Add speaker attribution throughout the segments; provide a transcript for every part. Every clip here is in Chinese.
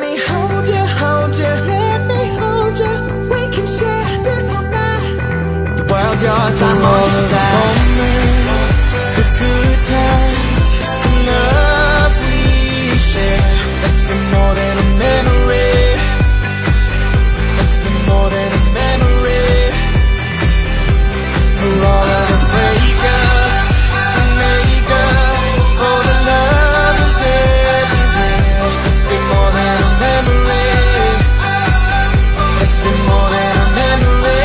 Speaker 1: me, hold you, hold you, let me hold you. We can share this all night. The world's yours, I'm on your side. Moments, the good times, the love we share. Let's be more than a memory. Let's be more than a memory. For all of the breakups, the makeups, for the lovers everywhere. Let's be more than a memory. Let's be more than a memory.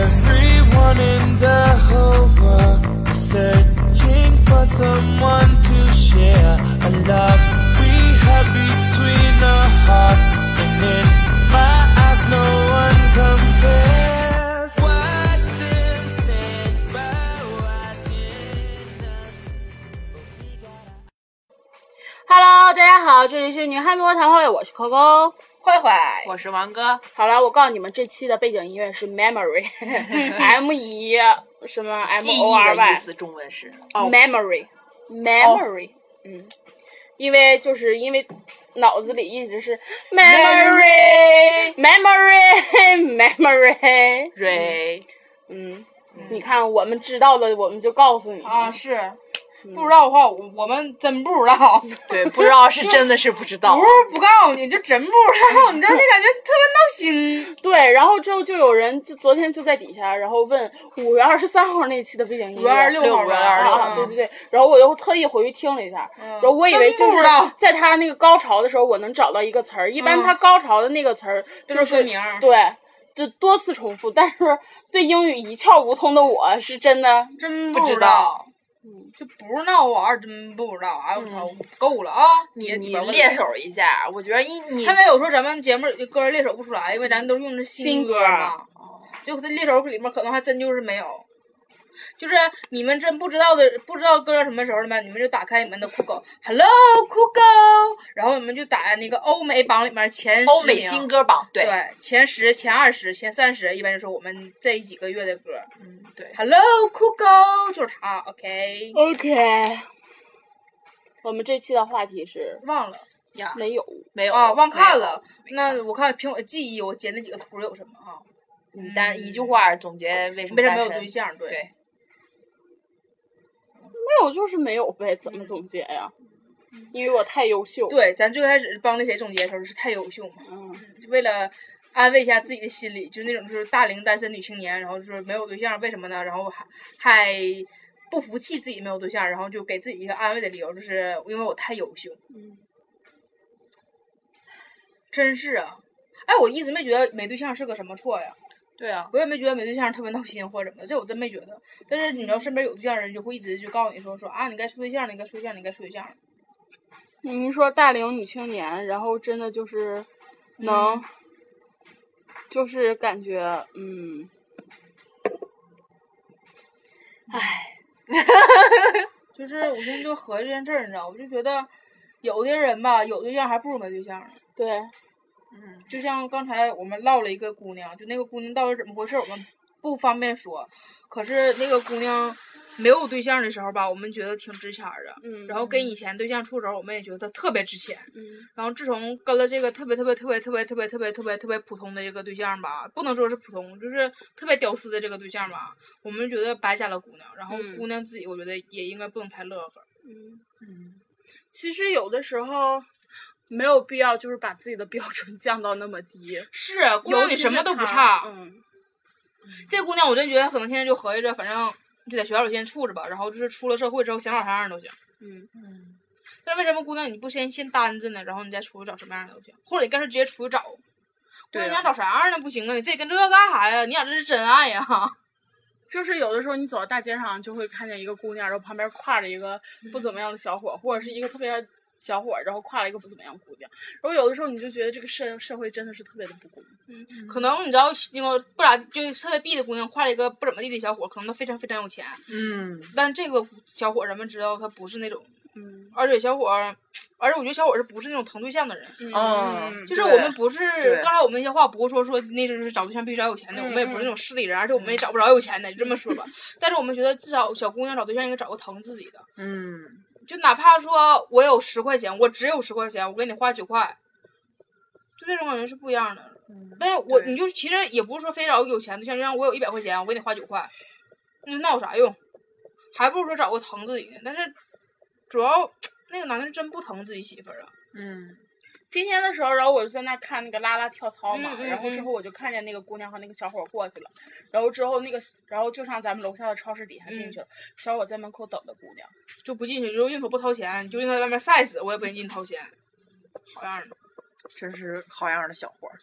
Speaker 1: Everyone in the whole world is searching for someone to share a love we have between our hearts. And in my eyes, no one compares. Watch them stand by watching us.
Speaker 2: Hello，大家好，这里是女汉子谈会，我是 Coco。
Speaker 3: 慧慧，
Speaker 4: 我是王哥，
Speaker 2: 好了，我告诉你们，这期的背景音乐是 Memory，M E 什么 M
Speaker 4: 记
Speaker 2: O
Speaker 4: 忆
Speaker 2: R
Speaker 4: 的意
Speaker 2: Y
Speaker 4: 思，中文是哦
Speaker 2: Memory Memory，嗯，因为就是因为脑子里一直是 Memory Memory Memory，
Speaker 4: 蕊，
Speaker 2: 嗯，你看我们知道了，我们就告诉你
Speaker 3: 啊，是，不知道的话，我我们真不知道，
Speaker 4: 对，不知道是真的是不知道
Speaker 3: 不，是不告诉你，就真不知 道，你知道那感觉特别闹心。
Speaker 2: 对，然后之后就有人就昨天就在底下，然后问五月二十三号那期的背景音乐，
Speaker 3: 5月26
Speaker 2: 六
Speaker 3: 号
Speaker 2: 五
Speaker 3: 吧
Speaker 2: 月二十六号，
Speaker 3: 嗯
Speaker 2: 对对对。然后我又特意回去听了一下，然后我以为就
Speaker 3: 真不
Speaker 2: 是
Speaker 3: 知道
Speaker 2: 在他那个高潮的时候，我能找到一个词儿。一般
Speaker 3: 嗯
Speaker 2: 他高潮的那个词儿
Speaker 3: 就
Speaker 2: 就是
Speaker 3: 歌名儿
Speaker 2: 对，就多次重复。但是对英语一窍无通的我是真 的，
Speaker 3: 真
Speaker 4: 不
Speaker 3: 知嗯
Speaker 4: 知道，嗯
Speaker 3: 就不是闹玩儿，真不知道。哎我操，够了啊！
Speaker 4: 你
Speaker 3: 也几
Speaker 4: 你
Speaker 3: 百个
Speaker 4: 列手一下，我觉得一你
Speaker 3: 他们有说咱们节目歌儿列手不出来，因为咱都用的
Speaker 2: 新
Speaker 3: 歌
Speaker 4: 啊
Speaker 2: 歌儿
Speaker 3: 嘛。就这列手里面可能还真就是没有，就是你们真不知道的，不知道歌儿什么时候的嘛，你们就打开你们的酷狗，Hello 酷狗，然后你们就打那个欧美榜里面前
Speaker 4: 欧
Speaker 3: 十
Speaker 4: 美
Speaker 3: 名
Speaker 4: 新歌榜，对
Speaker 3: 对前十、前二十、前三十，一般就是我们这几个月的歌儿。
Speaker 4: 嗯对，
Speaker 3: Hello 酷狗就是它，OK，
Speaker 2: OK，我们这期的话题是
Speaker 3: 忘了
Speaker 4: 呀，
Speaker 2: 没有，
Speaker 4: 没有
Speaker 3: 啊，忘看，了。
Speaker 4: 没有
Speaker 3: 那我看凭我记忆，我截那几个图有什么啊？
Speaker 4: 没有你单一句话总结嗯为什么
Speaker 3: 为啥
Speaker 4: 单
Speaker 3: 没有
Speaker 4: 身
Speaker 3: 对象？对，
Speaker 4: 对
Speaker 2: 没有就是没有呗，怎么总结呀？因为我太优秀。
Speaker 3: 对，咱最开始帮那谁总结的时候是太优秀嘛，
Speaker 2: 嗯。
Speaker 3: 就为了安慰一下自己的心理，就是那种就是大龄单身女青年，然后就是没有对象，为什么呢？然后还还不服气自己没有对象，然后就给自己一个安慰的理由，就是因为我太优秀。
Speaker 2: 嗯，
Speaker 3: 真是啊，哎，我一直没觉得没对象是个什么错呀，
Speaker 4: 对啊，
Speaker 3: 我也没觉得没对象特别闹心或者什么的，这我真没觉得。但是你知道，身边有对象的人就会一直就告诉你说说啊，你该处对象了，你该处对象了，你该处对象了。
Speaker 2: 您说大龄女青年，然后真的就是
Speaker 3: 嗯
Speaker 2: 能，就是感觉嗯，
Speaker 3: 就是我现在就合计这件事儿，你知道，我就觉得有的人吧，有对象还不如没对象呢。
Speaker 2: 对，
Speaker 4: 嗯，
Speaker 3: 就像刚才我们唠了一个姑娘，就那个姑娘到底怎么回事，我们不方便说。可是那个姑娘没有对象的时候吧，我们觉得挺值钱儿的。
Speaker 2: 嗯，
Speaker 3: 然后跟以前对象处的时候，我们也觉得她特别值钱。
Speaker 2: 嗯
Speaker 3: 然后自从跟了这个特别特别特别特别特别特别特别特别普通的一个对象吧，不能说是普通，就是特别屌丝的这个对象吧，我们觉得白加了姑娘。然后
Speaker 2: 嗯
Speaker 3: 姑娘自己，我觉得也应该不能太乐呵。
Speaker 2: 嗯，其实有的时候没有必要，就是把自己的标准降到那么低。
Speaker 3: 是，姑娘
Speaker 2: 尤
Speaker 3: 你
Speaker 2: 其
Speaker 3: 什
Speaker 2: 是
Speaker 3: 么都不
Speaker 2: 她
Speaker 3: 差。
Speaker 2: 嗯，
Speaker 3: 这姑娘我真觉得她可能现在就合计着，反正就在学校里先处着吧，然后就是出了社会之后想找啥样都行。
Speaker 2: 嗯，
Speaker 4: 嗯，
Speaker 3: 但是为什么姑娘你不先先单着呢？然后你再出去找什么样的都行，或者你干脆直接出去找。姑
Speaker 4: 对
Speaker 3: 娘，你
Speaker 4: 啊
Speaker 3: 想找啥样的不行啊？你非得跟这个干啥呀？你俩这是真爱呀！
Speaker 2: 就是有的时候你走到大街上，就会看见一个姑娘，然后旁边挎着一个不怎么样的小伙，或者是一个特别。小伙儿，然后挎了一个不怎么样的姑娘，然后有的时候你就觉得这个社社会真的是特别的不公平。
Speaker 3: 可能你知道那个不咋就是特别 B 的姑娘，挎了一个不怎么地的小伙，可能他非常非常有钱，
Speaker 4: 嗯，
Speaker 3: 但这个小伙咱们知道他不是那种，
Speaker 2: 嗯
Speaker 3: 而且小伙儿，而且我觉得小伙是不是那种疼对象的人，
Speaker 4: 哦
Speaker 2: 嗯
Speaker 3: 就是
Speaker 4: 对
Speaker 3: 我们不是
Speaker 4: 对
Speaker 3: 刚才我们那些话不会说说那就是找对象必须找有钱的，
Speaker 2: 嗯
Speaker 3: 我们也不是那种势利人，而且我们也 找不着有钱的，就这么说吧。但是我们觉得至少小姑娘找对象应该找个疼自己的，
Speaker 4: 嗯，
Speaker 3: 就哪怕说我有十块钱，我只有十块钱，我给你花九块，就这种感觉是不一样的。
Speaker 4: 嗯
Speaker 3: 但是我
Speaker 2: 对
Speaker 3: 你就是其实也不是说非找个有钱的，像这样我有一百块钱，我给你花九块，那那有啥用？还不如说找个疼自己的。但是主要那个男的是真不疼自己媳妇儿啊。
Speaker 4: 嗯
Speaker 2: 今天的时候，然后我就在那儿看那个拉拉跳操嘛，
Speaker 3: 嗯嗯
Speaker 2: 然后之后我就看见那个姑娘和那个小伙儿过去了，然后之后那个，然后就上咱们楼下的超市底下
Speaker 3: 嗯
Speaker 2: 进去了，小伙在门口等的姑娘，
Speaker 3: 就不进去，就宁可不掏钱，就宁可在外面晒死，我也不愿意进去掏钱。好样的！
Speaker 4: 真是好样的小伙儿。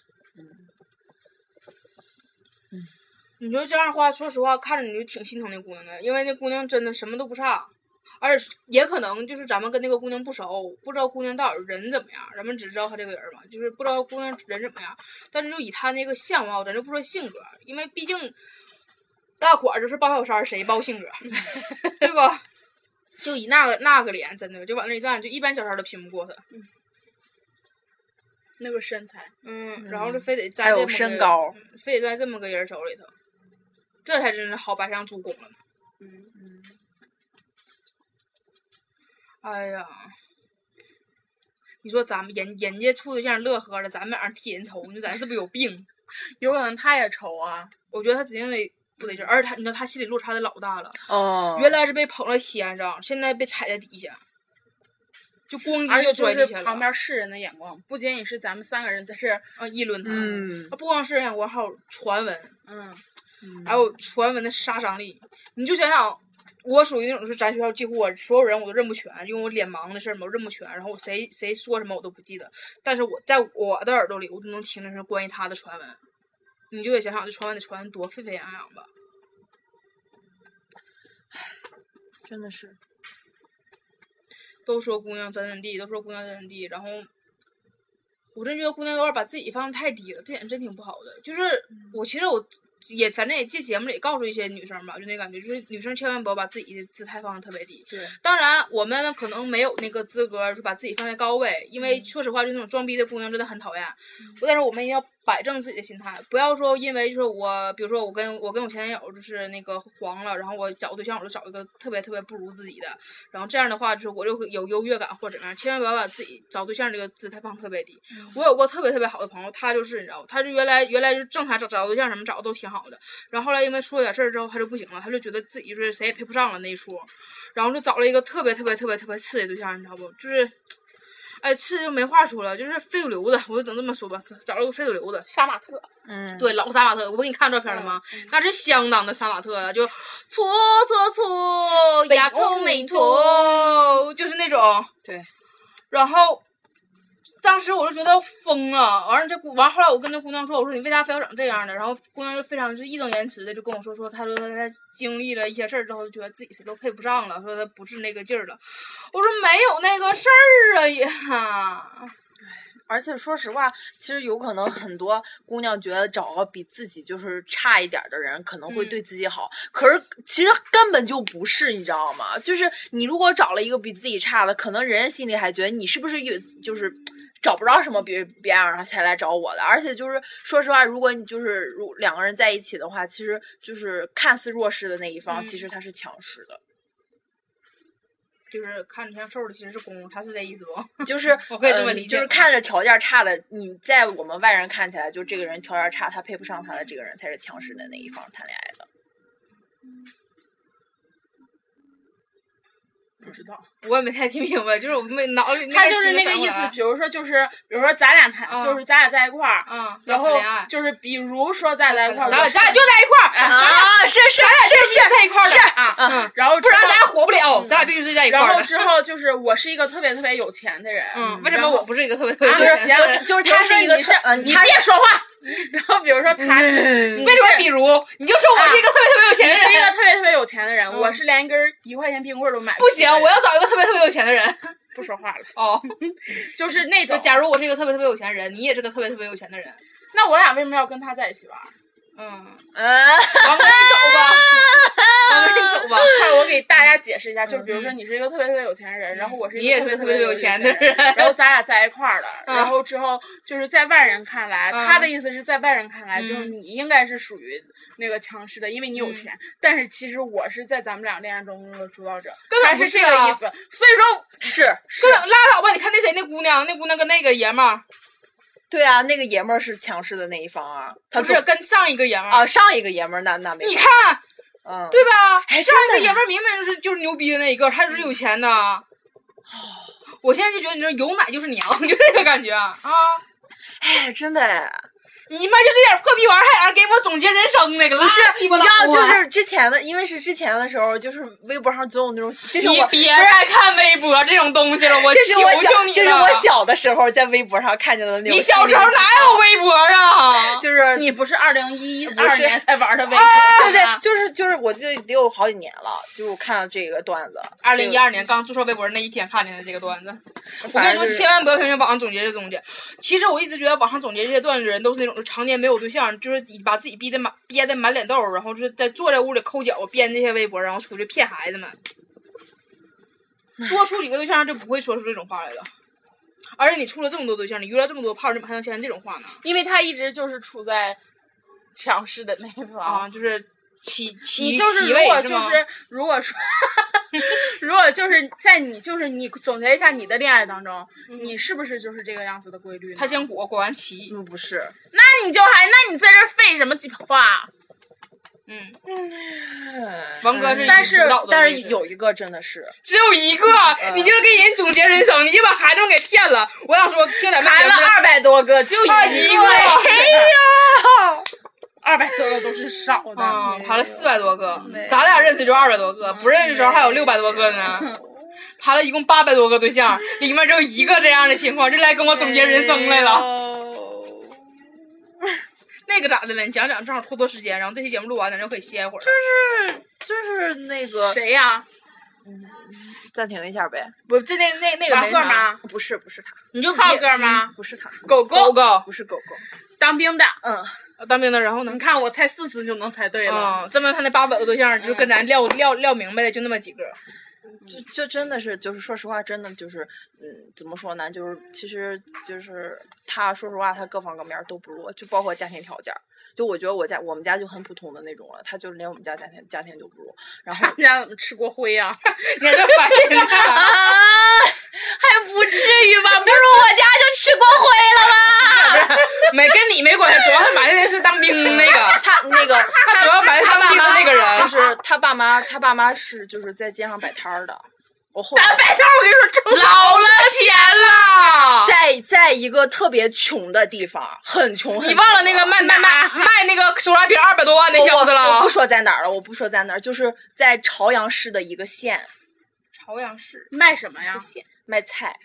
Speaker 3: 你说这样的话，说实话，看着你就挺心疼那姑娘的，因为那姑娘真的什么都不差，而且也可能就是咱们跟那个姑娘不熟，不知道姑娘到底人怎么样，咱们只知道她这个人嘛，就是不知道姑娘人怎么样。但是就以她那个相貌，咱就不说性格，因为毕竟大伙儿就是包小三儿，谁包性格， 对吧？就以那个那个脸，真的就往那一站，就一般小三儿都拼不过她。
Speaker 2: 那个身材，
Speaker 3: 嗯，然后就
Speaker 4: 嗯
Speaker 3: 非得栽
Speaker 4: 还
Speaker 3: 这
Speaker 4: 有
Speaker 3: 么
Speaker 4: 身
Speaker 3: 个
Speaker 4: 高
Speaker 3: 嗯非得在这么个人手里头，这才真是好把上主公了呢。
Speaker 2: 嗯，
Speaker 3: 哎呀，你说咱们人人家处对象乐呵了，咱们俩替人愁，你说咱是不是有病？
Speaker 2: 有可能她也愁啊，
Speaker 3: 我觉得他指定得不得劲儿，而且他你知道他心理落差的老大了，
Speaker 4: 哦
Speaker 3: 原来是被捧在天上，现在被踩在底下，就咣
Speaker 2: 而
Speaker 3: 叽
Speaker 2: 且
Speaker 3: 就
Speaker 2: 就
Speaker 3: 摔
Speaker 2: 是
Speaker 3: 地下了。
Speaker 2: 旁边世人的眼光，不仅仅是咱们三个人在这儿，
Speaker 3: 啊议论他，啊
Speaker 4: 嗯
Speaker 3: 他不光是眼光，还有传闻，
Speaker 2: 嗯，
Speaker 3: 还有传闻的杀伤力。你就想想，我属于那种是咱学校几乎我所有人我都认不全，因为我脸盲的事儿嘛，我认不全。然后我谁谁说什么我都不记得，但是我在我的耳朵里，我都能听着是关于他的传闻。你就得想想，这传闻得传多沸沸扬扬吧。
Speaker 4: 真的是，
Speaker 3: 都说姑娘怎怎地，都说姑娘怎怎地，然后我真觉得姑娘有点把自己放得太低了，这点真挺不好的。就是我其实我也反正也借节目里告诉一些女生吧，就那感觉，就是女生千万不要把自己的姿态放得特别低。
Speaker 2: 对，
Speaker 3: 当然我们可能没有那个资格就把自己放在高位，因为说实话，就那种装逼的姑娘真的很讨厌。但是我们一定要摆正自己的心态，不要说因为就是我，比如说我跟我跟我前男友就是那个黄了，然后我找个对象我就找一个特别特别不如自己的，然后这样的话就是我就会有优越感或者怎么样，千万不要把自己找对象这个姿态放特别低。我有过特别特别好的朋友，他就是你知道，他就原来原来就正常找找对象什么找的都挺好的，然后后来因为出了点事儿之后，他就不行了，他就觉得自己就是谁也配不上了那一出，然后就找了一个特别特别特别特别次的对象，你知道不？就是。哎，次就没话说了，就是非主流的，我就只能这么说吧，找找了个非主流的，
Speaker 2: 杀马特，
Speaker 4: 嗯，
Speaker 3: 对，老杀马特，我给你看照片了吗？那是相当的杀马特啊，就搓搓搓，
Speaker 4: 北
Speaker 3: 牙
Speaker 4: 欧
Speaker 3: 痛美
Speaker 4: 美
Speaker 3: 头，就是那种。
Speaker 4: 对。
Speaker 3: 然后，当时我就觉得疯了。完了，这姑完后来我跟那姑娘说，我说你为啥非要整这样的？然后姑娘就非常就义正言辞的就跟我说说，她说她她经历了一些事儿之后，就觉得自己谁都配不上了，说她不是那个劲儿了。我说没有那个事儿啊也。
Speaker 4: 而且说实话，其实有可能很多姑娘觉得找个比自己就是差一点儿的人，可能会
Speaker 3: 嗯
Speaker 4: 对自己好。可是其实根本就不是，你知道吗？就是你如果找了一个比自己差的，可能人家心里还觉得你是不是有就是。找不着什么别别样儿，然后才来找我的。而且就是说实话，如果你就是如两个人在一起的话，其实就是看似弱势的那一方，
Speaker 3: 嗯
Speaker 4: 其实他是强势的。
Speaker 3: 就是看着像瘦的，其实是公，他是这意思不？
Speaker 4: 就是
Speaker 3: 我可以这么
Speaker 4: 嗯
Speaker 3: 理
Speaker 4: 就
Speaker 3: 解
Speaker 4: 是看着条件差的，你在我们外人看起来，就这个人条件差，他配不上他的这个人才是强势的那一方谈恋爱的。
Speaker 2: 不知道。
Speaker 3: 我也没太听明白，就是我没脑里
Speaker 2: 他就是那个意思，比如说就是，比如说咱俩谈，
Speaker 3: 嗯
Speaker 2: 就是咱俩在一块儿，
Speaker 3: 啊，
Speaker 2: 然后
Speaker 3: 谈恋爱，
Speaker 2: 就是比如说咱俩在一块儿，
Speaker 3: 咱俩咱俩就在一块儿，咱俩
Speaker 4: 啊，是是是是，
Speaker 3: 在一块儿的啊，嗯，
Speaker 2: 然后
Speaker 3: 不然
Speaker 2: 之后
Speaker 3: 咱俩嗯火不了，咱俩必须是在一块
Speaker 2: 然
Speaker 3: 儿
Speaker 2: 后
Speaker 3: 的。
Speaker 2: 之后就是我是一个特别特别有钱的人，
Speaker 3: 嗯，为什
Speaker 2: 然
Speaker 3: 么
Speaker 2: 后
Speaker 3: 我不是一个特别特别
Speaker 2: 啊
Speaker 3: 就是
Speaker 2: 行
Speaker 4: 我就就是
Speaker 2: 比如说
Speaker 4: 他是一个
Speaker 2: 你是
Speaker 4: 特
Speaker 3: 呃
Speaker 4: 嗯，
Speaker 2: 你
Speaker 4: 他
Speaker 2: 别说话。然后比如说他，
Speaker 3: 嗯
Speaker 2: 你
Speaker 3: 为什么
Speaker 2: 是
Speaker 3: 比如你就说我是一个特别特别有钱
Speaker 2: 你
Speaker 3: 的
Speaker 2: 是一个
Speaker 3: 人，
Speaker 2: 特别特别有钱的人，
Speaker 3: 嗯
Speaker 2: 我是连根儿一块钱冰棍儿都买
Speaker 3: 不
Speaker 2: 起
Speaker 3: 行，
Speaker 2: 的人
Speaker 3: 我要找一个特别特别有钱的人。
Speaker 2: 不说话了，
Speaker 3: 哦，
Speaker 2: 就是那
Speaker 3: 就
Speaker 2: 种。
Speaker 3: 假如我是一个特别特别有钱的人，你也是个特别特别有钱的人，
Speaker 2: 那我俩为什么要跟他在一起玩儿？
Speaker 3: 嗯，
Speaker 4: 嗯，
Speaker 3: 王哥你走吧， 王哥你走吧。
Speaker 2: 快，我给大家解释一下，就是比如说你是一个特别特别有钱的人，然后我是一
Speaker 3: 嗯你也
Speaker 2: 个
Speaker 3: 是
Speaker 2: 别
Speaker 3: 特
Speaker 2: 特
Speaker 3: 别
Speaker 2: 别
Speaker 3: 特别有
Speaker 2: 有钱
Speaker 3: 钱的人
Speaker 2: 然后咱俩在一块 儿了，
Speaker 3: 嗯
Speaker 2: 然后之后就是在外人看来，
Speaker 3: 嗯
Speaker 2: 他的意思是在外人看来，
Speaker 3: 嗯
Speaker 2: 就是你应该是属于那个强势的，因为你有钱，但是其实我是在咱们俩恋爱中的主导者，
Speaker 3: 根本
Speaker 2: 他
Speaker 3: 不
Speaker 2: 是
Speaker 3: 是
Speaker 2: 这个
Speaker 3: 啊
Speaker 2: 意思，所以说。
Speaker 4: 是是
Speaker 3: 哥，拉倒吧！你看那谁，那姑娘，那姑娘跟那个爷们儿，
Speaker 4: 对啊，那个爷们儿是强势的那一方啊，他
Speaker 3: 不是
Speaker 4: 总
Speaker 3: 跟上一个爷们儿。
Speaker 4: 啊上一个爷们儿那那没
Speaker 3: 你看，
Speaker 4: 嗯
Speaker 3: 对吧？
Speaker 4: 哎
Speaker 3: 上一
Speaker 4: 真
Speaker 3: 个
Speaker 4: 的
Speaker 3: 爷们儿明明就是就是牛逼的那一个，他就是有
Speaker 4: 哦
Speaker 3: 钱的。我现在就觉得，你这有奶就是娘， 就这个感觉啊！
Speaker 4: 哎真的哎。
Speaker 3: 你妈就这点破逼玩意儿，还让给我总结人生那个，不
Speaker 4: 不是，
Speaker 3: 鸡
Speaker 4: 啊你
Speaker 3: 巴
Speaker 4: 知
Speaker 3: 倒
Speaker 4: 道，就
Speaker 3: 啊
Speaker 4: 是之前的，因为是之前的时候，就是微博上总有那种，这是
Speaker 3: 你
Speaker 4: 我，
Speaker 3: 别再看微博这种东西了，我
Speaker 4: 这是
Speaker 3: 求
Speaker 4: 我小
Speaker 3: 求，你
Speaker 4: 这是
Speaker 3: 了
Speaker 4: 我！小的时候在微博上看见的那种。
Speaker 3: 你小时候哪有微博啊？
Speaker 4: 就是
Speaker 2: 你不是二零一
Speaker 4: 不
Speaker 2: 二
Speaker 4: 是
Speaker 2: 年才 玩的微博、
Speaker 4: 对对，
Speaker 2: 吧
Speaker 4: 就是就是，我记得得有好几年了，就是我看到这个段子，
Speaker 3: 二零一二年刚注册微博那一天看见的这个段子。我
Speaker 4: 反
Speaker 3: 跟你
Speaker 4: 正
Speaker 3: 说，
Speaker 4: 就是
Speaker 3: 千万不要相信网上总结这东西。其实我一直觉得网上总结这些段子的人都是那种就常年没有对象，就是把自己逼得满憋得满脸痘儿，然后就是在坐在屋里抠脚编这些微博，然后出去骗孩子们。多处几个对象就不会说出这种话来了。而且你处了这么多对象，你约了这么多炮，你怎么还能相信这种话呢？
Speaker 2: 因为他一直就是处在强势的那一方。
Speaker 3: 啊，就是其其
Speaker 2: 你就是
Speaker 3: 其
Speaker 2: 如
Speaker 3: 位
Speaker 2: 果
Speaker 3: 是
Speaker 2: 就
Speaker 3: 吗？
Speaker 2: 是如果说， 如果就是在你就是你总结一下你的恋爱当中，你是不是就是这个样子的规律呢？
Speaker 3: 嗯他先裹裹完其，
Speaker 4: 嗯不是，
Speaker 2: 那你就还那你在这儿废什么鸡巴话？
Speaker 3: 嗯，王哥是
Speaker 2: 但是
Speaker 3: 主导的
Speaker 4: 但
Speaker 3: 位
Speaker 4: 是
Speaker 3: 置
Speaker 4: 有一个真的是，
Speaker 3: 只有一个，你就是给人总结人生，你就把孩子们给骗了。我想说，听咱们
Speaker 2: 谈
Speaker 3: 节
Speaker 2: 了
Speaker 3: 目，
Speaker 2: 二百多个，就一哎
Speaker 3: 啊一个
Speaker 2: 二百多个都是少的。
Speaker 3: 啊，谈了四百多个
Speaker 4: 没，
Speaker 3: 咱俩认识就二百多个，不认识的时候还有六百多个呢。谈了一共八百多个对 象，里面只有一个这样的情况，就来跟我总结人生来
Speaker 2: 哎
Speaker 3: 了。
Speaker 4: 了。
Speaker 3: 那个咋的了？你讲讲，正好拖拖时间，然后这期节目录完，咱就可以歇 一会儿。
Speaker 4: 就是就是那个，
Speaker 2: 谁呀？
Speaker 4: 暂停一下呗。啊
Speaker 3: 不，就那那那个
Speaker 2: 马
Speaker 3: 没
Speaker 2: 赫
Speaker 3: 啥，
Speaker 2: 吗？
Speaker 4: 不是不是他，
Speaker 3: 你就
Speaker 2: 浩
Speaker 3: 别
Speaker 2: 哥吗？
Speaker 4: 不是他，
Speaker 2: 狗
Speaker 3: 嗯狗
Speaker 2: 狗
Speaker 3: 狗
Speaker 4: 不是狗狗。
Speaker 2: 当兵的，
Speaker 4: 嗯，
Speaker 3: 当兵的，然后呢
Speaker 2: 你？看我猜四次就能猜对了。
Speaker 3: 啊，这么他那八百个对象，就跟咱撂撂撂明白的就那么几 个。
Speaker 4: 就就真的是，就是说实话，真的就是，嗯，怎么说呢？就是其实就是他，说实话，他各方各面儿都不弱，就包括家庭条件儿。就我觉得我家我们家就很普通的那种了，他就连我们家家庭家庭就不弱。然后
Speaker 2: 他们家怎么吃过灰呀、
Speaker 3: 你看这反应呢？
Speaker 4: 啊，还不至于吧？不是我家就吃光辉了吗？
Speaker 3: 没跟你没关系，主要他埋汰的是当兵那个，
Speaker 4: 他那个
Speaker 3: 他主要埋汰当兵的那个
Speaker 4: 就
Speaker 3: 人。
Speaker 4: 是他爸妈，他爸妈是就是在街上摆摊儿的。我后来
Speaker 2: 摆摊儿，我跟你说，真
Speaker 3: 老了钱了，
Speaker 4: 在在一个特别穷的地方，很穷。很
Speaker 3: 你忘了
Speaker 4: 穷
Speaker 3: 那个卖卖卖卖那个手抓饼二百多万那
Speaker 4: 我
Speaker 3: 小子
Speaker 4: 我我
Speaker 3: 了啊
Speaker 4: 不？说在哪儿了，我不说在哪儿，就是在朝阳市的一个县
Speaker 3: 朝阳市
Speaker 2: 卖什么呀？
Speaker 4: 卖菜。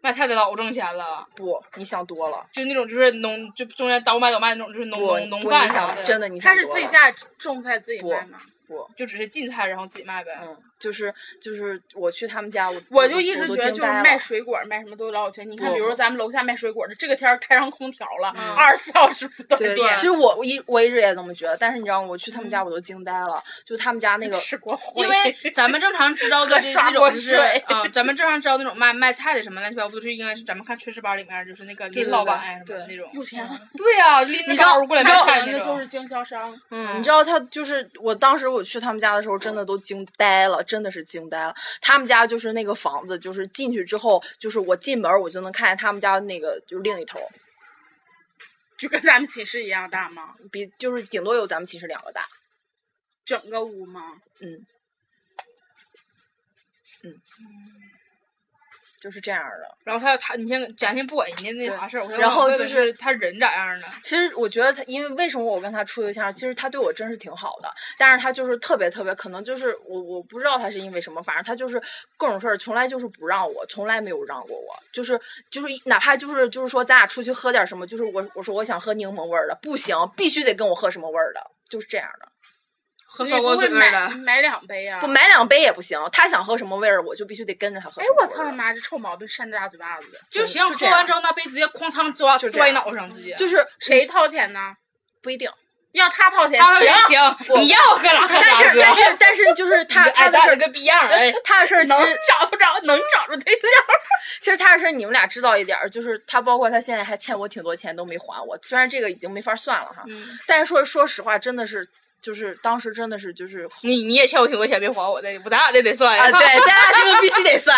Speaker 3: 卖菜的老挣钱了，
Speaker 4: 不，你想多了。
Speaker 3: 就那种就是农就中间倒卖倒卖那种，就是农
Speaker 4: 不，
Speaker 3: 农农
Speaker 4: 不
Speaker 3: 贩
Speaker 4: 你
Speaker 3: 啥
Speaker 4: 想
Speaker 3: 的，
Speaker 4: 真的你想
Speaker 2: 他是
Speaker 4: 多
Speaker 2: 自己
Speaker 4: 了
Speaker 2: 家种菜自己
Speaker 4: 不
Speaker 2: 卖吗？
Speaker 4: 不，
Speaker 3: 就只是进菜然后自己卖呗。
Speaker 4: 嗯，就是就是我去他们家，我
Speaker 2: 我
Speaker 4: 我
Speaker 2: 就一直觉
Speaker 4: 都
Speaker 2: 得
Speaker 4: 惊
Speaker 2: 就是
Speaker 4: 呆
Speaker 2: 卖
Speaker 4: 了
Speaker 2: 水果儿卖什么都老有钱。你看，
Speaker 4: 不
Speaker 2: 比如说咱们楼下卖水果儿的，这个天儿开上空调了
Speaker 3: 嗯，
Speaker 2: 二十四小时不断
Speaker 4: 对，
Speaker 2: 电
Speaker 4: 其。实我我一我一直也这么觉得，但是你知道吗？我去他们
Speaker 3: 嗯
Speaker 4: 家我都惊呆了，就他们家那个
Speaker 2: 吃过灰，
Speaker 3: 因为 咱们正常知道的这
Speaker 2: 刷
Speaker 3: 那种
Speaker 2: 锅
Speaker 3: 就是
Speaker 2: 水
Speaker 3: 啊、咱们正常知道那种卖卖菜的什么乱七八糟，不都是应该是咱们看《炊事班》里面就是那个
Speaker 4: 对
Speaker 3: 林
Speaker 4: 对
Speaker 3: 老
Speaker 4: 对
Speaker 3: 板呀什么
Speaker 4: 对
Speaker 3: 那种。
Speaker 2: 有钱吗？
Speaker 3: 对呀、拎着
Speaker 4: 你知道
Speaker 3: 包过来
Speaker 2: 嗯
Speaker 3: 卖
Speaker 2: 卖
Speaker 3: 菜
Speaker 2: 钱的
Speaker 3: 那
Speaker 2: 就
Speaker 3: 种
Speaker 2: 是。经销商，
Speaker 3: 嗯，
Speaker 4: 你知道他就是我当时我去他们家的时候，真的都惊呆了，真的是惊呆了。他们家就是那个房子，就是进去之后，就是我进门我就能看见他们家那个就是另一头，
Speaker 2: 就跟咱们寝室一样大吗？
Speaker 4: 比就是顶多有咱们寝室两个大。
Speaker 2: 整个屋吗？
Speaker 4: 嗯，嗯，就是这样的。
Speaker 3: 然后他他，你先咱先不管人家那啥事儿，我先
Speaker 4: 然后
Speaker 3: 问
Speaker 4: 就
Speaker 3: 问
Speaker 4: 是
Speaker 3: 他人咋样的？
Speaker 4: 其实我觉得他，因为为什么我跟他处对象，其实他对我真是挺好的，但是他就是特别特别，可能就是我我不知道他是因为什么，反正他就是各种事儿从来就是不让我，从来没有让过我，就是就是一哪怕就是就是说咱俩出去喝点什么，就是我我说我想喝柠檬味儿的，不行，必须得跟我喝什么味儿的，就是这样的，
Speaker 3: 喝
Speaker 2: 你
Speaker 3: 烧
Speaker 2: 不
Speaker 3: 锅
Speaker 2: 会
Speaker 3: 水味儿
Speaker 2: 买
Speaker 3: 的，
Speaker 2: 买两杯啊
Speaker 4: 不？买两杯也不行，他想喝什么味儿我就必须得跟着他喝
Speaker 2: 哎
Speaker 4: 什么味
Speaker 2: 我
Speaker 4: 儿的。
Speaker 2: 操他妈，这臭毛病扇着大嘴巴子！
Speaker 3: 就
Speaker 4: 嗯
Speaker 3: 行。
Speaker 4: 就
Speaker 3: 喝
Speaker 4: 这样
Speaker 3: 完之后那杯直接哐嚓抓
Speaker 4: 就这
Speaker 3: 拽
Speaker 4: 样
Speaker 3: 脑上，直接
Speaker 4: 就是
Speaker 2: 谁掏钱呢？
Speaker 4: 不一定。
Speaker 2: 要他掏钱，
Speaker 3: 啊，
Speaker 2: 行，
Speaker 3: 行，
Speaker 4: 我
Speaker 3: 你要喝啥喝
Speaker 4: 但
Speaker 3: 啥
Speaker 4: 是
Speaker 3: 哥。
Speaker 4: 但是但是就是他
Speaker 3: 哎，
Speaker 4: 他的
Speaker 3: 咱
Speaker 4: 事
Speaker 3: 俩
Speaker 4: 儿，
Speaker 3: 跟逼样儿 哎。
Speaker 4: 他的事儿其
Speaker 2: 能
Speaker 4: 实
Speaker 2: 找不着，能找着对象。
Speaker 4: 其实他的事儿你们俩知道一点儿，就是他包括他现在还欠我挺多钱都没还我，虽然这个已经没法算了哈，
Speaker 2: 嗯
Speaker 4: 但是说说实话真的是就是当时真的是就是
Speaker 3: 你你也欠我挺多钱没还我的，咱俩这得算呀
Speaker 4: 啊，对， 咱俩这个必须得算。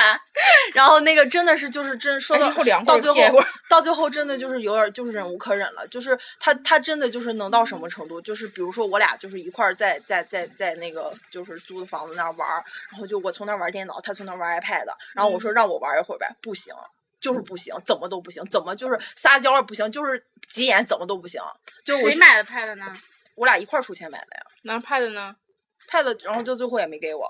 Speaker 4: 然后那个真的是就是真说到、
Speaker 3: 哎后凉
Speaker 4: 到
Speaker 3: 快
Speaker 4: 最
Speaker 3: 贴
Speaker 4: 后
Speaker 3: 会儿
Speaker 4: 到最后真的就是有点就是忍无可忍了，就是他他真的就是能到什么程度？就是比如说我俩就是一块儿在在在在那个就是租的房子那儿玩儿，然后就我从那儿玩电脑，他从那儿玩 iPad，然后我说
Speaker 3: 嗯
Speaker 4: 让我玩一会儿呗，不行。就是不行，怎么都不行，怎么就是撒娇也不行，就是急眼怎么都不行。就是我
Speaker 2: 谁买的 pad 呢？
Speaker 4: 我俩一块儿出钱买的呀
Speaker 2: 那 pad 呢？
Speaker 4: ，pad，然后就最后也没给我。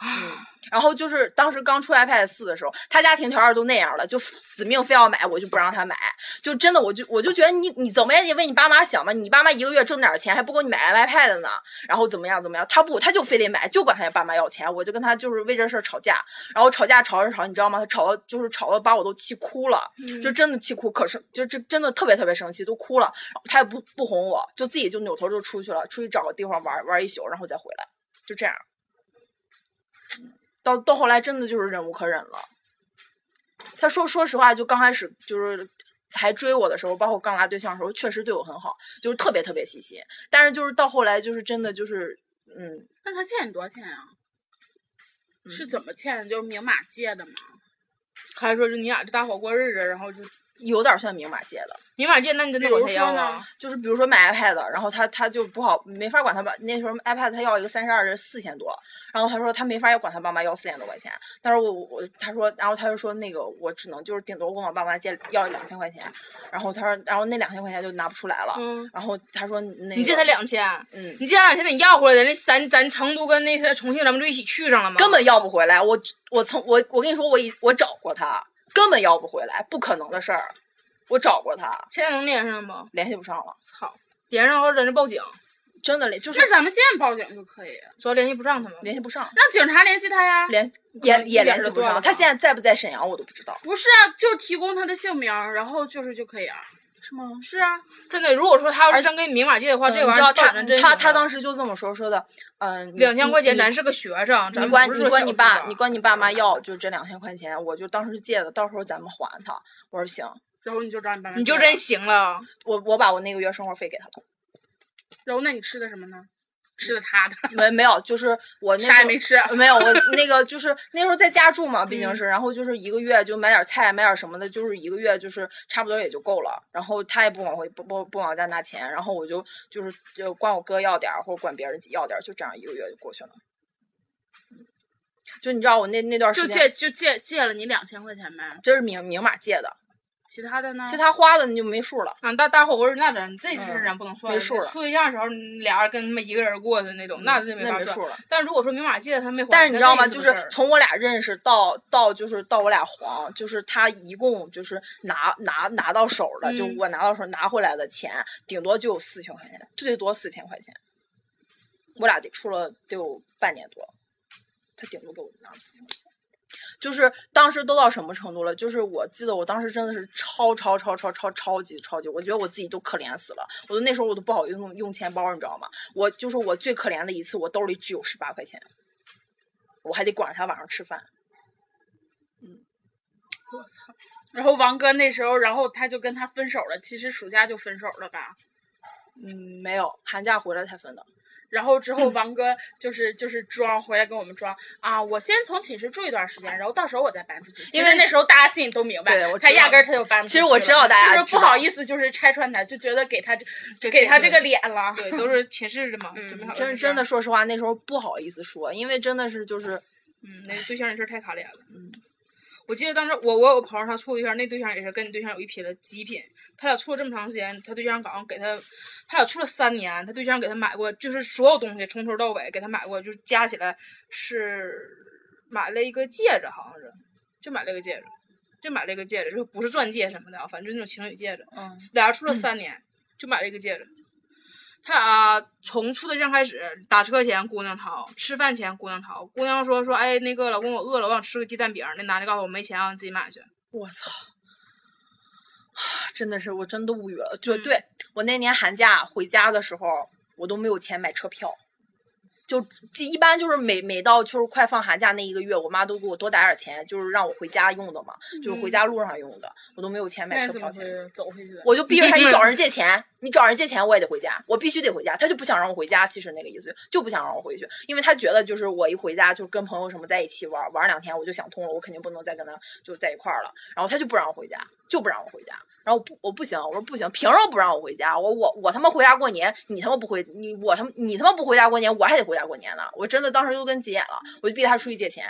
Speaker 4: 嗯然后就是当时刚出 iPad 四的时候，他家庭条件都那样了，就死命非要买，我就不让他买。就真的，我就我就觉得你你怎么也得为你爸妈想吧，你爸妈一个月挣点钱还不够你买 iPad 呢。然后怎么样怎么样，他不他就非得买，就管他爸妈要钱。我就跟他就是为这事儿吵架，然后吵架吵着吵，你知道吗？他吵到就是吵到把我都气哭了，就真的气哭，可是就这真的特别特别生气，都哭了。他也不不哄我，就自己就扭头就出去了，出去找个地方玩玩一宿，然后再回来，就这样。到到后来真的就是忍无可忍了。他说说实话，就刚开始就是还追我的时候，包括刚拿对象的时候，确实对我很好，就是特别特别细心。但是就是到后来，就是真的就是嗯，
Speaker 2: 那他欠你多少钱啊？是怎么欠的？就是明码借的吗？
Speaker 3: 还说是你俩这搭伙过日子，然后就
Speaker 4: 有点儿算明码借的。
Speaker 3: 明晚见，那你真得管他要
Speaker 2: 比如说
Speaker 3: 啊
Speaker 2: 呢？
Speaker 4: 就是比如说买 iPad，然后他他就不好没法管他爸，那时候 iPad 他要一个三十二是四千多，然后他说他没法要管他爸妈要四千多块钱，但是我我他说，然后他就说那个我只能就是顶多问我爸妈借要两千块钱，然后他说，然后那两千块钱就拿不出来了，
Speaker 3: 嗯，
Speaker 4: 然后他说那个、
Speaker 3: 你借他两千，
Speaker 4: 嗯
Speaker 3: 你借他两千，你要回来，咱那咱咱成都跟那些重庆，咱们就一起去上了吗？
Speaker 4: 根本要不回来，我我从我我跟你说我已我找过他，根本要不回来，不可能的事儿，我找过他
Speaker 3: 现在能连上不？
Speaker 4: 联系不上了，
Speaker 3: 操，连上后在这报警，
Speaker 4: 真的联就是
Speaker 2: 那咱们现在报警就可以，
Speaker 3: 主要联系不上他们。
Speaker 4: 联系不上，
Speaker 2: 让警察联系他呀。
Speaker 4: 联
Speaker 3: 可
Speaker 4: 也
Speaker 3: 能一
Speaker 4: 也联
Speaker 3: 点儿
Speaker 4: 系
Speaker 3: 都啊
Speaker 4: 不
Speaker 3: 断
Speaker 4: 上，
Speaker 3: 了
Speaker 4: 他
Speaker 3: 吧
Speaker 4: 现在在不在沈阳我都不知道。
Speaker 2: 不是啊，就提供他的姓名，然后就是就可以啊。
Speaker 4: 是吗？
Speaker 2: 是啊，
Speaker 3: 真的，如果说他要是真跟你明码借的话，
Speaker 4: 嗯
Speaker 3: 这玩
Speaker 4: 你
Speaker 3: 意
Speaker 4: 知道
Speaker 3: 儿
Speaker 4: 他
Speaker 3: 咱真
Speaker 4: 他他当
Speaker 3: 时
Speaker 4: 时就这么说说的，嗯，你
Speaker 3: 两千块钱，
Speaker 4: 你
Speaker 3: 咱是个学生，咱
Speaker 4: 你管
Speaker 3: 不是
Speaker 4: 你
Speaker 3: 说
Speaker 4: 管
Speaker 3: 小啊
Speaker 4: 你
Speaker 3: 资
Speaker 4: 爸
Speaker 3: 吧
Speaker 4: 你管你爸妈要就这两千块钱，我就当时借的，到时候咱们还他。我说行，
Speaker 2: 然后你就找你爸妈借了。
Speaker 3: 你就真行了。
Speaker 4: 我我把我那个月生活费给他了，
Speaker 2: 然后那你吃的什么呢？吃的他的，
Speaker 4: 没没有，就是我 那
Speaker 2: 啥
Speaker 4: 时
Speaker 2: 也
Speaker 4: 候
Speaker 2: 没吃。啊
Speaker 4: 没有，我那个就是那时候在家住嘛，毕
Speaker 3: 嗯
Speaker 4: 竟是，然后就是一个月就买点菜，买点什么的，就是一个月就是差不多也就够了。然后他也不往回不不不往家拿钱，然后我就就是就管我哥要点儿，或者管别人要点儿，就这样一个月就过去了。嗯就你知道我那那段时
Speaker 2: 就借
Speaker 4: 间
Speaker 2: 就借借了你两千块钱呗，
Speaker 4: 这是明明码借的，
Speaker 2: 其他的呢？
Speaker 4: 其他花的你就没数了。
Speaker 3: 啊，大大伙儿那咱这事儿
Speaker 4: 嗯
Speaker 3: 咱不能算，
Speaker 4: 没数了
Speaker 3: 处对象的时候，你俩人跟他们一个人过的那
Speaker 2: 嗯
Speaker 3: 种，那真没
Speaker 4: 那
Speaker 3: 法
Speaker 4: 没
Speaker 3: 算
Speaker 4: 数了。
Speaker 3: 但如果说明码借他没还，
Speaker 4: 但是你知道吗？
Speaker 3: 那
Speaker 4: 就
Speaker 3: 这事
Speaker 4: 是
Speaker 3: 儿
Speaker 4: 从我俩认识到到就是到我俩黄，就是他一共就是拿拿拿到手的，就
Speaker 2: 嗯
Speaker 4: 我拿到手拿回来的钱，顶多就有四千块钱，最多四千块钱。我俩得处了得有半年多，他顶多给我拿了四千块钱。就是当时都到什么程度了？就是我记得我当时真的是超超超超超超级超级，我觉得我自己都可怜死了。我都那时候我都不好用用钱包，你知道吗？我就是我最可怜的一次，我兜里只有十八块钱。我还得管着他晚上吃饭。
Speaker 2: 然后王哥那时候，然后他就跟他分手了，其实暑假就分手了吧。
Speaker 4: 嗯，没有，寒假回来才分的。
Speaker 2: 然后之后王哥就是就是装回来跟我们装啊，我先从寝室住一段时间，然后到时候我再搬出去。
Speaker 4: 因为
Speaker 2: 其实那时候大家心里都明白，
Speaker 4: 对我知道
Speaker 2: 他压根儿他就搬不出去
Speaker 4: 其实我知道大家
Speaker 2: 了就是
Speaker 4: 知道
Speaker 2: 不好意思，就是拆穿他，就觉得给他这
Speaker 3: 就
Speaker 2: 给他这个
Speaker 3: 对
Speaker 2: 脸了。
Speaker 3: 对都是前世的嘛，
Speaker 2: 嗯
Speaker 3: 准备好
Speaker 4: 真
Speaker 3: 是
Speaker 4: 真的，说实话，那时候不好意思说，因为真的是就是
Speaker 3: 嗯，那对象这事儿太卡脸了，嗯。我记得当时我我有个朋友，他处对象，那对象也是跟你对象有一拼了，极品。他俩处了这么长时间，他对象刚给他，他俩处了三年，他对象给他买过，就是所有东西从头到尾给他买过，就是加起来是买了一个戒指，好像是，就买了一个戒指，就买了一个戒指，就不是钻戒什么的啊，反正就那种情侣戒指。
Speaker 4: 嗯，
Speaker 3: 俩人处了三年，就买了一个戒指。他俩从处对象开始，打车钱姑娘掏，吃饭钱姑娘掏。姑娘说说，哎，那个老啊公我饿了，我想吃个鸡蛋饼儿。那男的告诉我没钱，让你自己买去。
Speaker 4: 我操，真的是我真的无语了。就、
Speaker 2: 嗯
Speaker 4: 对我那年寒假回家的时候，我都没有钱买车票。就就一般就是每每到就是快放寒假那一个月，我妈都给我多打点钱，就是让我回家用的嘛，就是回家路上用的，我都没有钱
Speaker 2: 嗯那
Speaker 4: 买
Speaker 2: 你
Speaker 4: 车
Speaker 2: 怎
Speaker 4: 票
Speaker 2: 么回
Speaker 4: 钱。
Speaker 2: 事？走回去的。
Speaker 4: 我就逼着他，你找人借钱，你找人借钱我也得回家，我必须得回家。他就不想让我回家，其实那个意思就不想让我回去，因为他觉得就是我一回家就跟朋友什么在一起玩玩两天，我就想通了，我肯定不能再跟他就在一块儿了。然后他就不让我回家，就不让我回家。然后我不我不行，我说不行，凭什么不让我回家？我我我他妈回家过年，你他妈不回你我他妈你他妈不回家过年，我还得回家过年呢。我真的当时就跟急眼了，我就逼他出去借钱，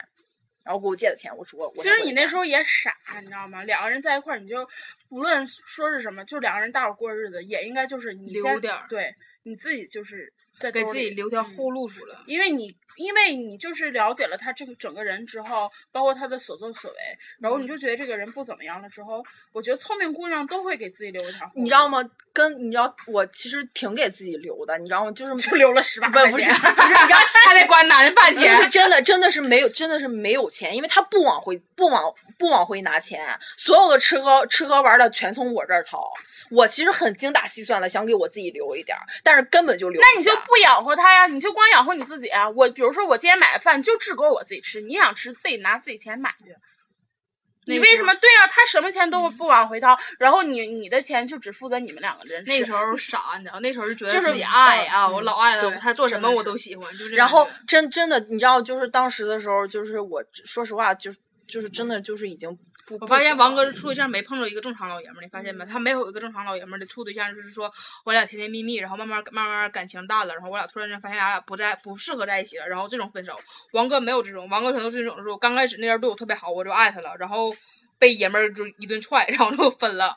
Speaker 4: 然后给我借的钱，我说我
Speaker 2: 其实你那
Speaker 4: 候
Speaker 2: 时候也傻，你知道吗？两个人在一块儿，你就无论说是什么，就两个人大伙儿过日子，也应该就是你
Speaker 3: 留
Speaker 2: 先
Speaker 3: 点儿
Speaker 2: 对你自己就是在
Speaker 3: 给
Speaker 2: 兜
Speaker 3: 自
Speaker 2: 里
Speaker 3: 己留条
Speaker 2: 嗯
Speaker 3: 后路出来。
Speaker 2: 因为你因为你就是了解了他这个整个人之后，包括他的所作所为，然后你就觉得这个人不怎么样了之后，我觉得聪明姑娘都会给自己留一条后路。
Speaker 4: 你知道？吗？跟你知道我其实挺给自己留的，你知道吗？就是
Speaker 2: 就留了十八
Speaker 4: 不
Speaker 2: 块
Speaker 4: 不是
Speaker 2: 钱。
Speaker 4: 不是， 你知道
Speaker 3: 还得管男饭
Speaker 4: 就 是真的真的是没有真的是没有钱，因为他不往回不往不往回拿钱，所有的吃喝吃喝玩乐全从我这儿掏。我其实很精打细算的想给我自己留一点儿，但是根本就留不下。
Speaker 2: 那你就不养活他呀？你就光养活你自己啊！我比如说，我今天买的饭就只够我自己吃，你想吃自己拿自己钱买去。
Speaker 3: 那
Speaker 2: 你
Speaker 3: 个
Speaker 2: 为
Speaker 3: 时
Speaker 2: 什
Speaker 3: 候
Speaker 2: 么对啊？他什么钱都不往回掏，然后你你的钱就只负责你们两个人吃。
Speaker 3: 那时候傻，你知道，那时候就觉
Speaker 2: 就是
Speaker 3: 得自己爱啊，
Speaker 4: 嗯
Speaker 3: 我老爱了，
Speaker 4: 对
Speaker 3: 他做什
Speaker 4: 真
Speaker 3: 么
Speaker 4: 的
Speaker 3: 我
Speaker 4: 是
Speaker 3: 都喜欢，就这种感觉。
Speaker 4: 然
Speaker 2: 嗯
Speaker 4: 后真真的，你知道，就是当时的时候，就是我说实话，就是就是真的就是已经不。
Speaker 3: 我发
Speaker 4: 不行了
Speaker 3: 现
Speaker 4: 嗯
Speaker 3: 王哥处对象没碰着一个正常老爷们儿，你发现没？他没有一个正常老爷们儿的处对象，就是说我俩甜甜蜜蜜，然后慢慢慢慢感情淡了，然后我俩突然间发现俺俩不在不适合在一起了，然后这种分手。王哥没有这种，王哥全都是那种说，刚开始那人对我特别好，我就爱他了，然后被爷们儿就一顿踹，然后就分了。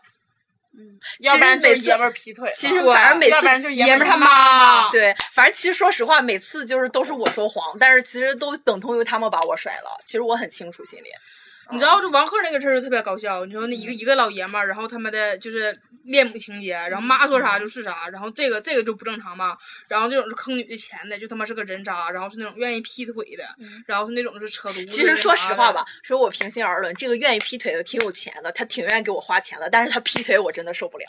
Speaker 2: 要不然
Speaker 4: 其实
Speaker 2: 就是
Speaker 4: 每次
Speaker 2: 爷们儿劈腿了。
Speaker 4: 其实
Speaker 3: 对
Speaker 4: 反正每次
Speaker 2: 要不然就是爷
Speaker 3: 爷
Speaker 2: 们
Speaker 3: 们
Speaker 2: 儿他
Speaker 3: 儿他
Speaker 2: 妈
Speaker 3: 妈。
Speaker 4: 对，反正其实说实话，每次就是都是我说谎，但是其实都等同于他们把我甩了。其实我很清楚心里。
Speaker 3: 你知道
Speaker 4: 啊
Speaker 3: 这王鹤那个事儿就特别搞笑，你说那
Speaker 4: 嗯
Speaker 3: 一个一个老爷们儿，然后他们的就是恋母情节，然后妈说
Speaker 4: 嗯
Speaker 3: 啥就是啥，然后这个这个就不正常嘛，然后这种是坑女的钱的，就他妈是个人渣，然后是那种愿意劈腿的，然后是那种是扯犊子。
Speaker 4: 嗯其实说实话吧，，说我平心而论，这个愿意劈腿的挺有钱的，他挺愿意给我花钱的，但是他劈腿我真的受不了，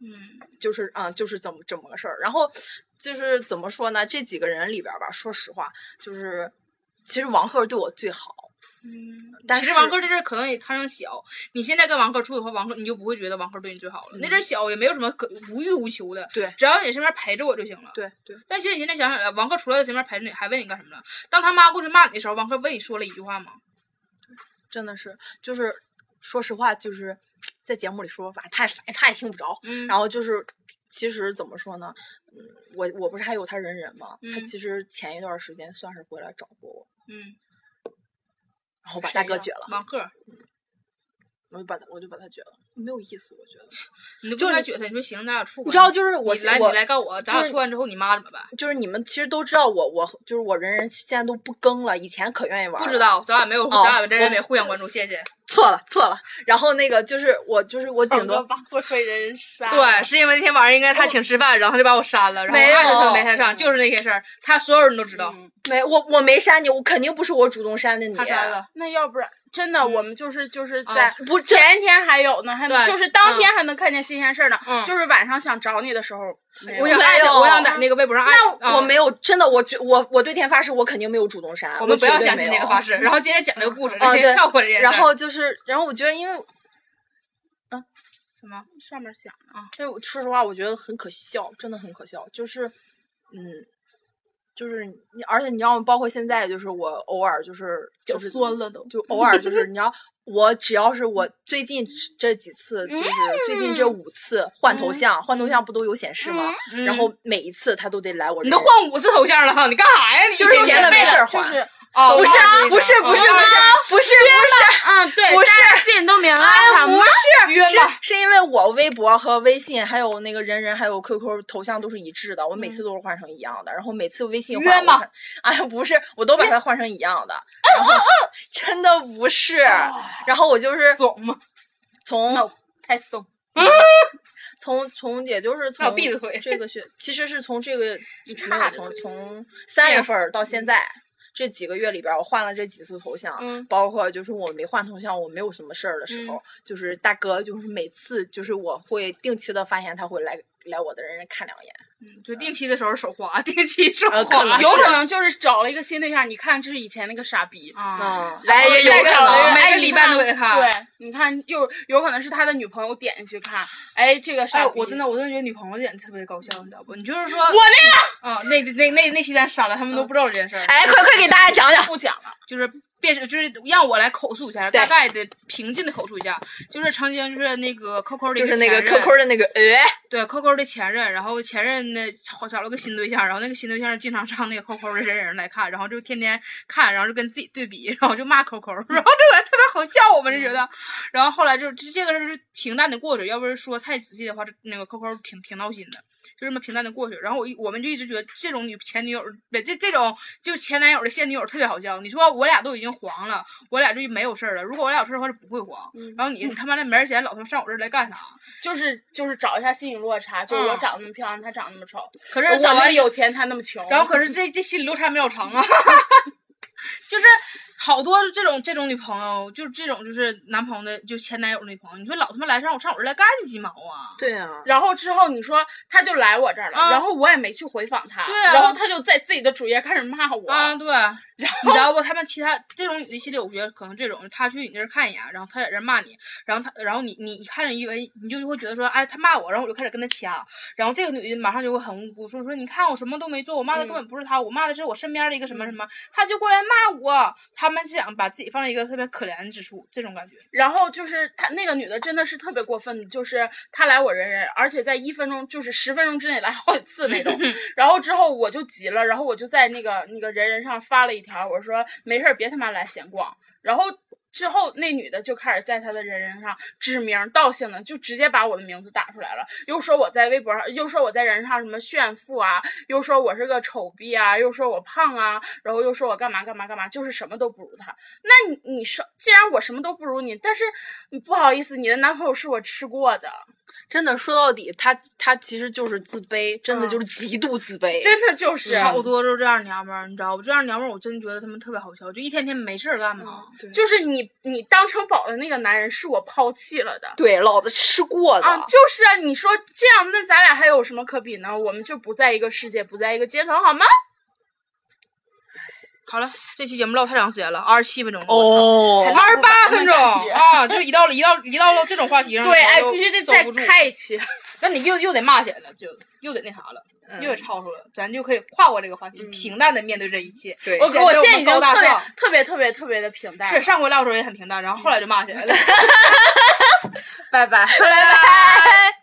Speaker 3: 嗯，
Speaker 4: 就是啊、就是怎么怎么个事儿。然后就是怎么说呢？这几个人里边儿吧，说实话，就是其实王鹤对我最好，
Speaker 2: 嗯，
Speaker 4: 但
Speaker 3: 其
Speaker 4: 是
Speaker 3: 实王鹤这阵儿可能也摊上小，你现在跟王鹤处的话，王鹤你就不会觉得王鹤对你最好了，那
Speaker 4: 嗯
Speaker 3: 阵儿小也没有什么可无欲无求的，
Speaker 4: 对
Speaker 3: 只要你身边陪着我就行了。
Speaker 4: 对对，
Speaker 3: 但其实你现在想想来，王鹤除了在身边陪着你，还问你干什么了？当他妈过去骂你的时候，王鹤问你说了一句话吗？
Speaker 4: 真的是就是说实话，就是在节目里说吧，他也反正他也听不着，
Speaker 3: 嗯
Speaker 4: 然后就是，其实怎么说呢，嗯，我我不是还有他人人吗？他
Speaker 3: 嗯
Speaker 4: 其实前一段时间算是回来找过我，
Speaker 3: 嗯，
Speaker 4: 然后把大哥撅了，
Speaker 3: 王鹤，
Speaker 4: 我就把他我就把他撅了，没有意思，我觉得。
Speaker 3: 你就不应该觉得他，你说行，咱俩处吧。
Speaker 4: 你知道，就是我
Speaker 3: 你来
Speaker 4: 我
Speaker 3: 你来告我，咱
Speaker 4: 就
Speaker 3: 俩
Speaker 4: 是
Speaker 3: 处完之后，你妈怎么办？
Speaker 4: 就是你们其实都知道我我就是我人人现在都不更了，以前可愿意玩，哦
Speaker 3: 不知。道，咱俩没有，咱俩真
Speaker 4: 我
Speaker 3: 人没互相关注，谢谢。
Speaker 4: 错了错了，然后那个就是我就是我顶
Speaker 2: 整
Speaker 4: 多
Speaker 2: 个把会被人杀。
Speaker 3: 对，是因为那天晚上应该他请吃饭，然后他就把我删了，然后
Speaker 4: 没
Speaker 3: 我按着
Speaker 4: 有
Speaker 3: 他没他上，就是那些事儿，他所有人都知道，
Speaker 2: 嗯
Speaker 4: 没我我没删你，我肯定不是我主动删的你，啊
Speaker 3: 他删了。
Speaker 2: 那要不然真的，我们就是就是
Speaker 3: 啊
Speaker 2: 在
Speaker 4: 不这
Speaker 2: 前一天还有呢，还
Speaker 3: 对
Speaker 2: 就是当天还能看见新鲜事儿呢，
Speaker 3: 嗯
Speaker 2: 就是晚上想找你的时候，没有
Speaker 3: 我想
Speaker 4: 没
Speaker 3: 艾特，
Speaker 4: 有
Speaker 3: 我想在那个微博上艾特。
Speaker 4: 我
Speaker 3: 嗯
Speaker 4: 没有真的，我觉我我对天发誓，我肯定没有主动删，
Speaker 3: 我们不要
Speaker 4: 绝对
Speaker 3: 相
Speaker 4: 没
Speaker 3: 信那个
Speaker 4: 有
Speaker 3: 发誓。然后今天讲这个故事，
Speaker 4: 嗯对
Speaker 3: 直接跳过这件事儿。
Speaker 4: 然后就是，然后我觉得，因为
Speaker 3: 什么？
Speaker 2: 上面想着
Speaker 4: 因为我说实话，我觉得很可笑，真的很可笑。就是，嗯，就是你，而且你知道吗？包括现在，就是我偶尔就是就是
Speaker 3: 了都。
Speaker 4: 就偶尔 就是你知道，我只要是我最近这几次，就是最近这五次换头像，换头像不都有显示吗？
Speaker 3: 嗯
Speaker 4: 然后每一次他都得来我这儿，
Speaker 3: 你都换五次头像了，你干啥呀？你
Speaker 4: 就是闲了没事儿
Speaker 2: 就
Speaker 4: 换。
Speaker 2: 是
Speaker 3: 哦，
Speaker 4: 不是
Speaker 3: 我忘
Speaker 4: 啊，
Speaker 3: 了哦
Speaker 4: 不是，不是，不是，不是，不是，
Speaker 2: 啊，对，
Speaker 4: 不是
Speaker 2: 大家信都明白
Speaker 4: 哎，
Speaker 2: 了
Speaker 4: 不
Speaker 2: 吗？
Speaker 4: 是，
Speaker 3: 啊约
Speaker 4: 是啊
Speaker 3: 吗
Speaker 4: 是因为我微博和微信还有那个人人还有 QQ 头像都是一致的，我每次都是换成一样的，然后每次微信换
Speaker 3: 嗯约
Speaker 4: 我
Speaker 3: 吗
Speaker 4: 看？哎呀，不是，我都把它换成一样 的，真的不是。
Speaker 3: 啊
Speaker 4: 然后我就是
Speaker 3: 怂啊吗？
Speaker 4: 从
Speaker 2: No，太怂。
Speaker 4: 从从也就是从
Speaker 3: 那我闭着嘴
Speaker 4: 这个学，其实是从这个
Speaker 2: 你
Speaker 4: 没有
Speaker 2: 差点
Speaker 4: 从从三月份儿到现在。这几个月里边儿，我换了这几次头像，
Speaker 2: 嗯
Speaker 4: 包括就是我没换头像，我没有什么事儿的时候，
Speaker 2: 嗯
Speaker 4: 就是大哥，就是每次就是我会定期的发现他会来来我的人看两眼，
Speaker 3: 就定期的时候手滑， 定期手
Speaker 4: 呃可
Speaker 3: 滑
Speaker 4: 能，
Speaker 2: 有
Speaker 4: 是
Speaker 2: 可能就是找了一个新对象，你看这是以前那个傻逼，
Speaker 3: 啊，
Speaker 4: 嗯，来也有
Speaker 2: 再
Speaker 4: 可
Speaker 2: 找了一
Speaker 4: 能，
Speaker 3: 每
Speaker 2: 哎
Speaker 3: 个
Speaker 2: 你
Speaker 3: 礼拜都给看
Speaker 2: 对，你看又有可能是他的女朋友点进去看，哎，这个
Speaker 3: 哎
Speaker 2: 傻，逼，
Speaker 3: 我真的，我真的觉得女朋友点特别搞笑，你知道不？你就是说，
Speaker 2: 我那个
Speaker 3: 啊，那那那那期咱删了，他们都不知道这件事儿。
Speaker 4: 哎，快快给大 家讲讲，
Speaker 2: 不讲了，
Speaker 3: 就是变成就是让我来口述一下，
Speaker 4: 对
Speaker 3: 大概的平静的口述一下，就是曾经就是那个 QQ 的一
Speaker 4: 就是那
Speaker 3: 前
Speaker 4: 个
Speaker 3: 任
Speaker 4: QQ 的那个，哎，
Speaker 3: 对 QQ 的前任，然后前任呢好找了个新对象，然后那个新对象经常上那个 QQ 的人人来看，然后就天天看，然后就跟自己对比，然后就骂 QQ，然后这个特别好笑，我们就觉得，然后后来就这这个事儿就平淡的过去，要不是说太仔细的话，这那个 QQ 挺挺闹心的，就这么平淡的过去。然后我一我们就一直觉得这种女前女友，不这这种就前男友的现女友特别好笑。你说我俩都已经黄了，我俩就没有事儿了。如果我俩有事儿的话，就不会黄。然后你他妈的没人嫌老他妈上我这儿来干啥？
Speaker 2: 就是就是找一下心理落差，就是我
Speaker 3: 嗯
Speaker 2: 长那么漂亮，他长那么丑，
Speaker 3: 可
Speaker 2: 我
Speaker 3: 是
Speaker 2: 长
Speaker 3: 长
Speaker 2: 那
Speaker 3: 得
Speaker 2: 么有钱，他那么穷，
Speaker 3: 然后可是这这心理落差没有长啊， 就是好多这种这种女朋友，就是这种就是男朋友的就前男友女朋友，你说老他妈来上我上我这儿来干鸡毛啊？
Speaker 4: 对啊，
Speaker 2: 然后之后你说他就来我这儿了，
Speaker 3: 啊
Speaker 2: 然后我也没去回访他，
Speaker 3: 对啊
Speaker 2: 然后他就在自己的主页开始骂我，
Speaker 3: 啊， 对，你知道不？他们其他这种女的心理，我觉得可能这种，她去你那儿看一眼，然后她在这儿骂你，然后她，然后你你你看着一为，你就会觉得说，哎，她骂我，然后我就开始跟她掐，然后这个女的马上就会很无辜，说说你看我什么都没做，我骂的根本不是她，我骂的是我身边的一个什么什么，她就过来骂我，他们是想把自己放在一个特别可怜之处，这种感觉。
Speaker 2: 然后就是他那个女的真的是特别过分，就是她来我人人，而且在一分钟就是十分钟之内来好几次那 种。然后之后我就急了，然后我就在那个那个人人上发了一条，我说没事儿别他妈来闲逛。然后之后那女的就开始在她的人人上指名道姓的，就直接把我的名字打出来了，又说我在微博上，又说我在人人上什么炫富啊，又说我是个丑逼啊，又说我胖啊，然后又说我干嘛干嘛干嘛，就是什么都不如她。那你你说，既然我什么都不如你，但是你不好意思，你的男朋友是我吃过的，
Speaker 4: 真的说到底，他他其实就是自卑，真的
Speaker 3: 嗯
Speaker 4: 就是极度自卑，
Speaker 2: 真的就是啊
Speaker 3: 好多就是这样娘们儿，你知道不？这样娘们儿，我真觉得她们特别好笑，就一天天没事儿干
Speaker 2: 嗯
Speaker 3: 嘛。
Speaker 4: 对
Speaker 2: 就是你你当城堡的那个男人是我抛弃了的。
Speaker 4: 对，老子吃过的，
Speaker 2: 啊，就是啊！你说这样，那咱俩还有什么可比呢？我们就不在一个世界，不在一个阶层，好吗？
Speaker 3: 好了，这期节目唠太长时间了，二十七分钟了。我操
Speaker 4: 哦
Speaker 2: 还
Speaker 3: 二十八分钟
Speaker 2: 那感觉
Speaker 3: 啊，就是一到了一到一到了这种话题上，
Speaker 2: 对，哎，
Speaker 3: 我就
Speaker 2: 必须得
Speaker 3: 收
Speaker 2: 再
Speaker 3: 不住。
Speaker 2: 开一期。
Speaker 3: 那你又又得骂起来了，就又得那啥了，
Speaker 2: 嗯
Speaker 3: 又得吵吵了，咱就可以跨过这个话题，平淡的面对这一切。
Speaker 4: 对
Speaker 2: 我
Speaker 3: 显
Speaker 2: 我
Speaker 3: 得
Speaker 2: 嗯现在
Speaker 3: 们
Speaker 2: 已经
Speaker 3: 高大
Speaker 2: 特别
Speaker 3: 上。
Speaker 2: 特别特别特别的平淡了。
Speaker 3: 是上回唠的时候也很平淡，然后后来就骂起来了。
Speaker 2: 拜拜。
Speaker 4: 拜拜。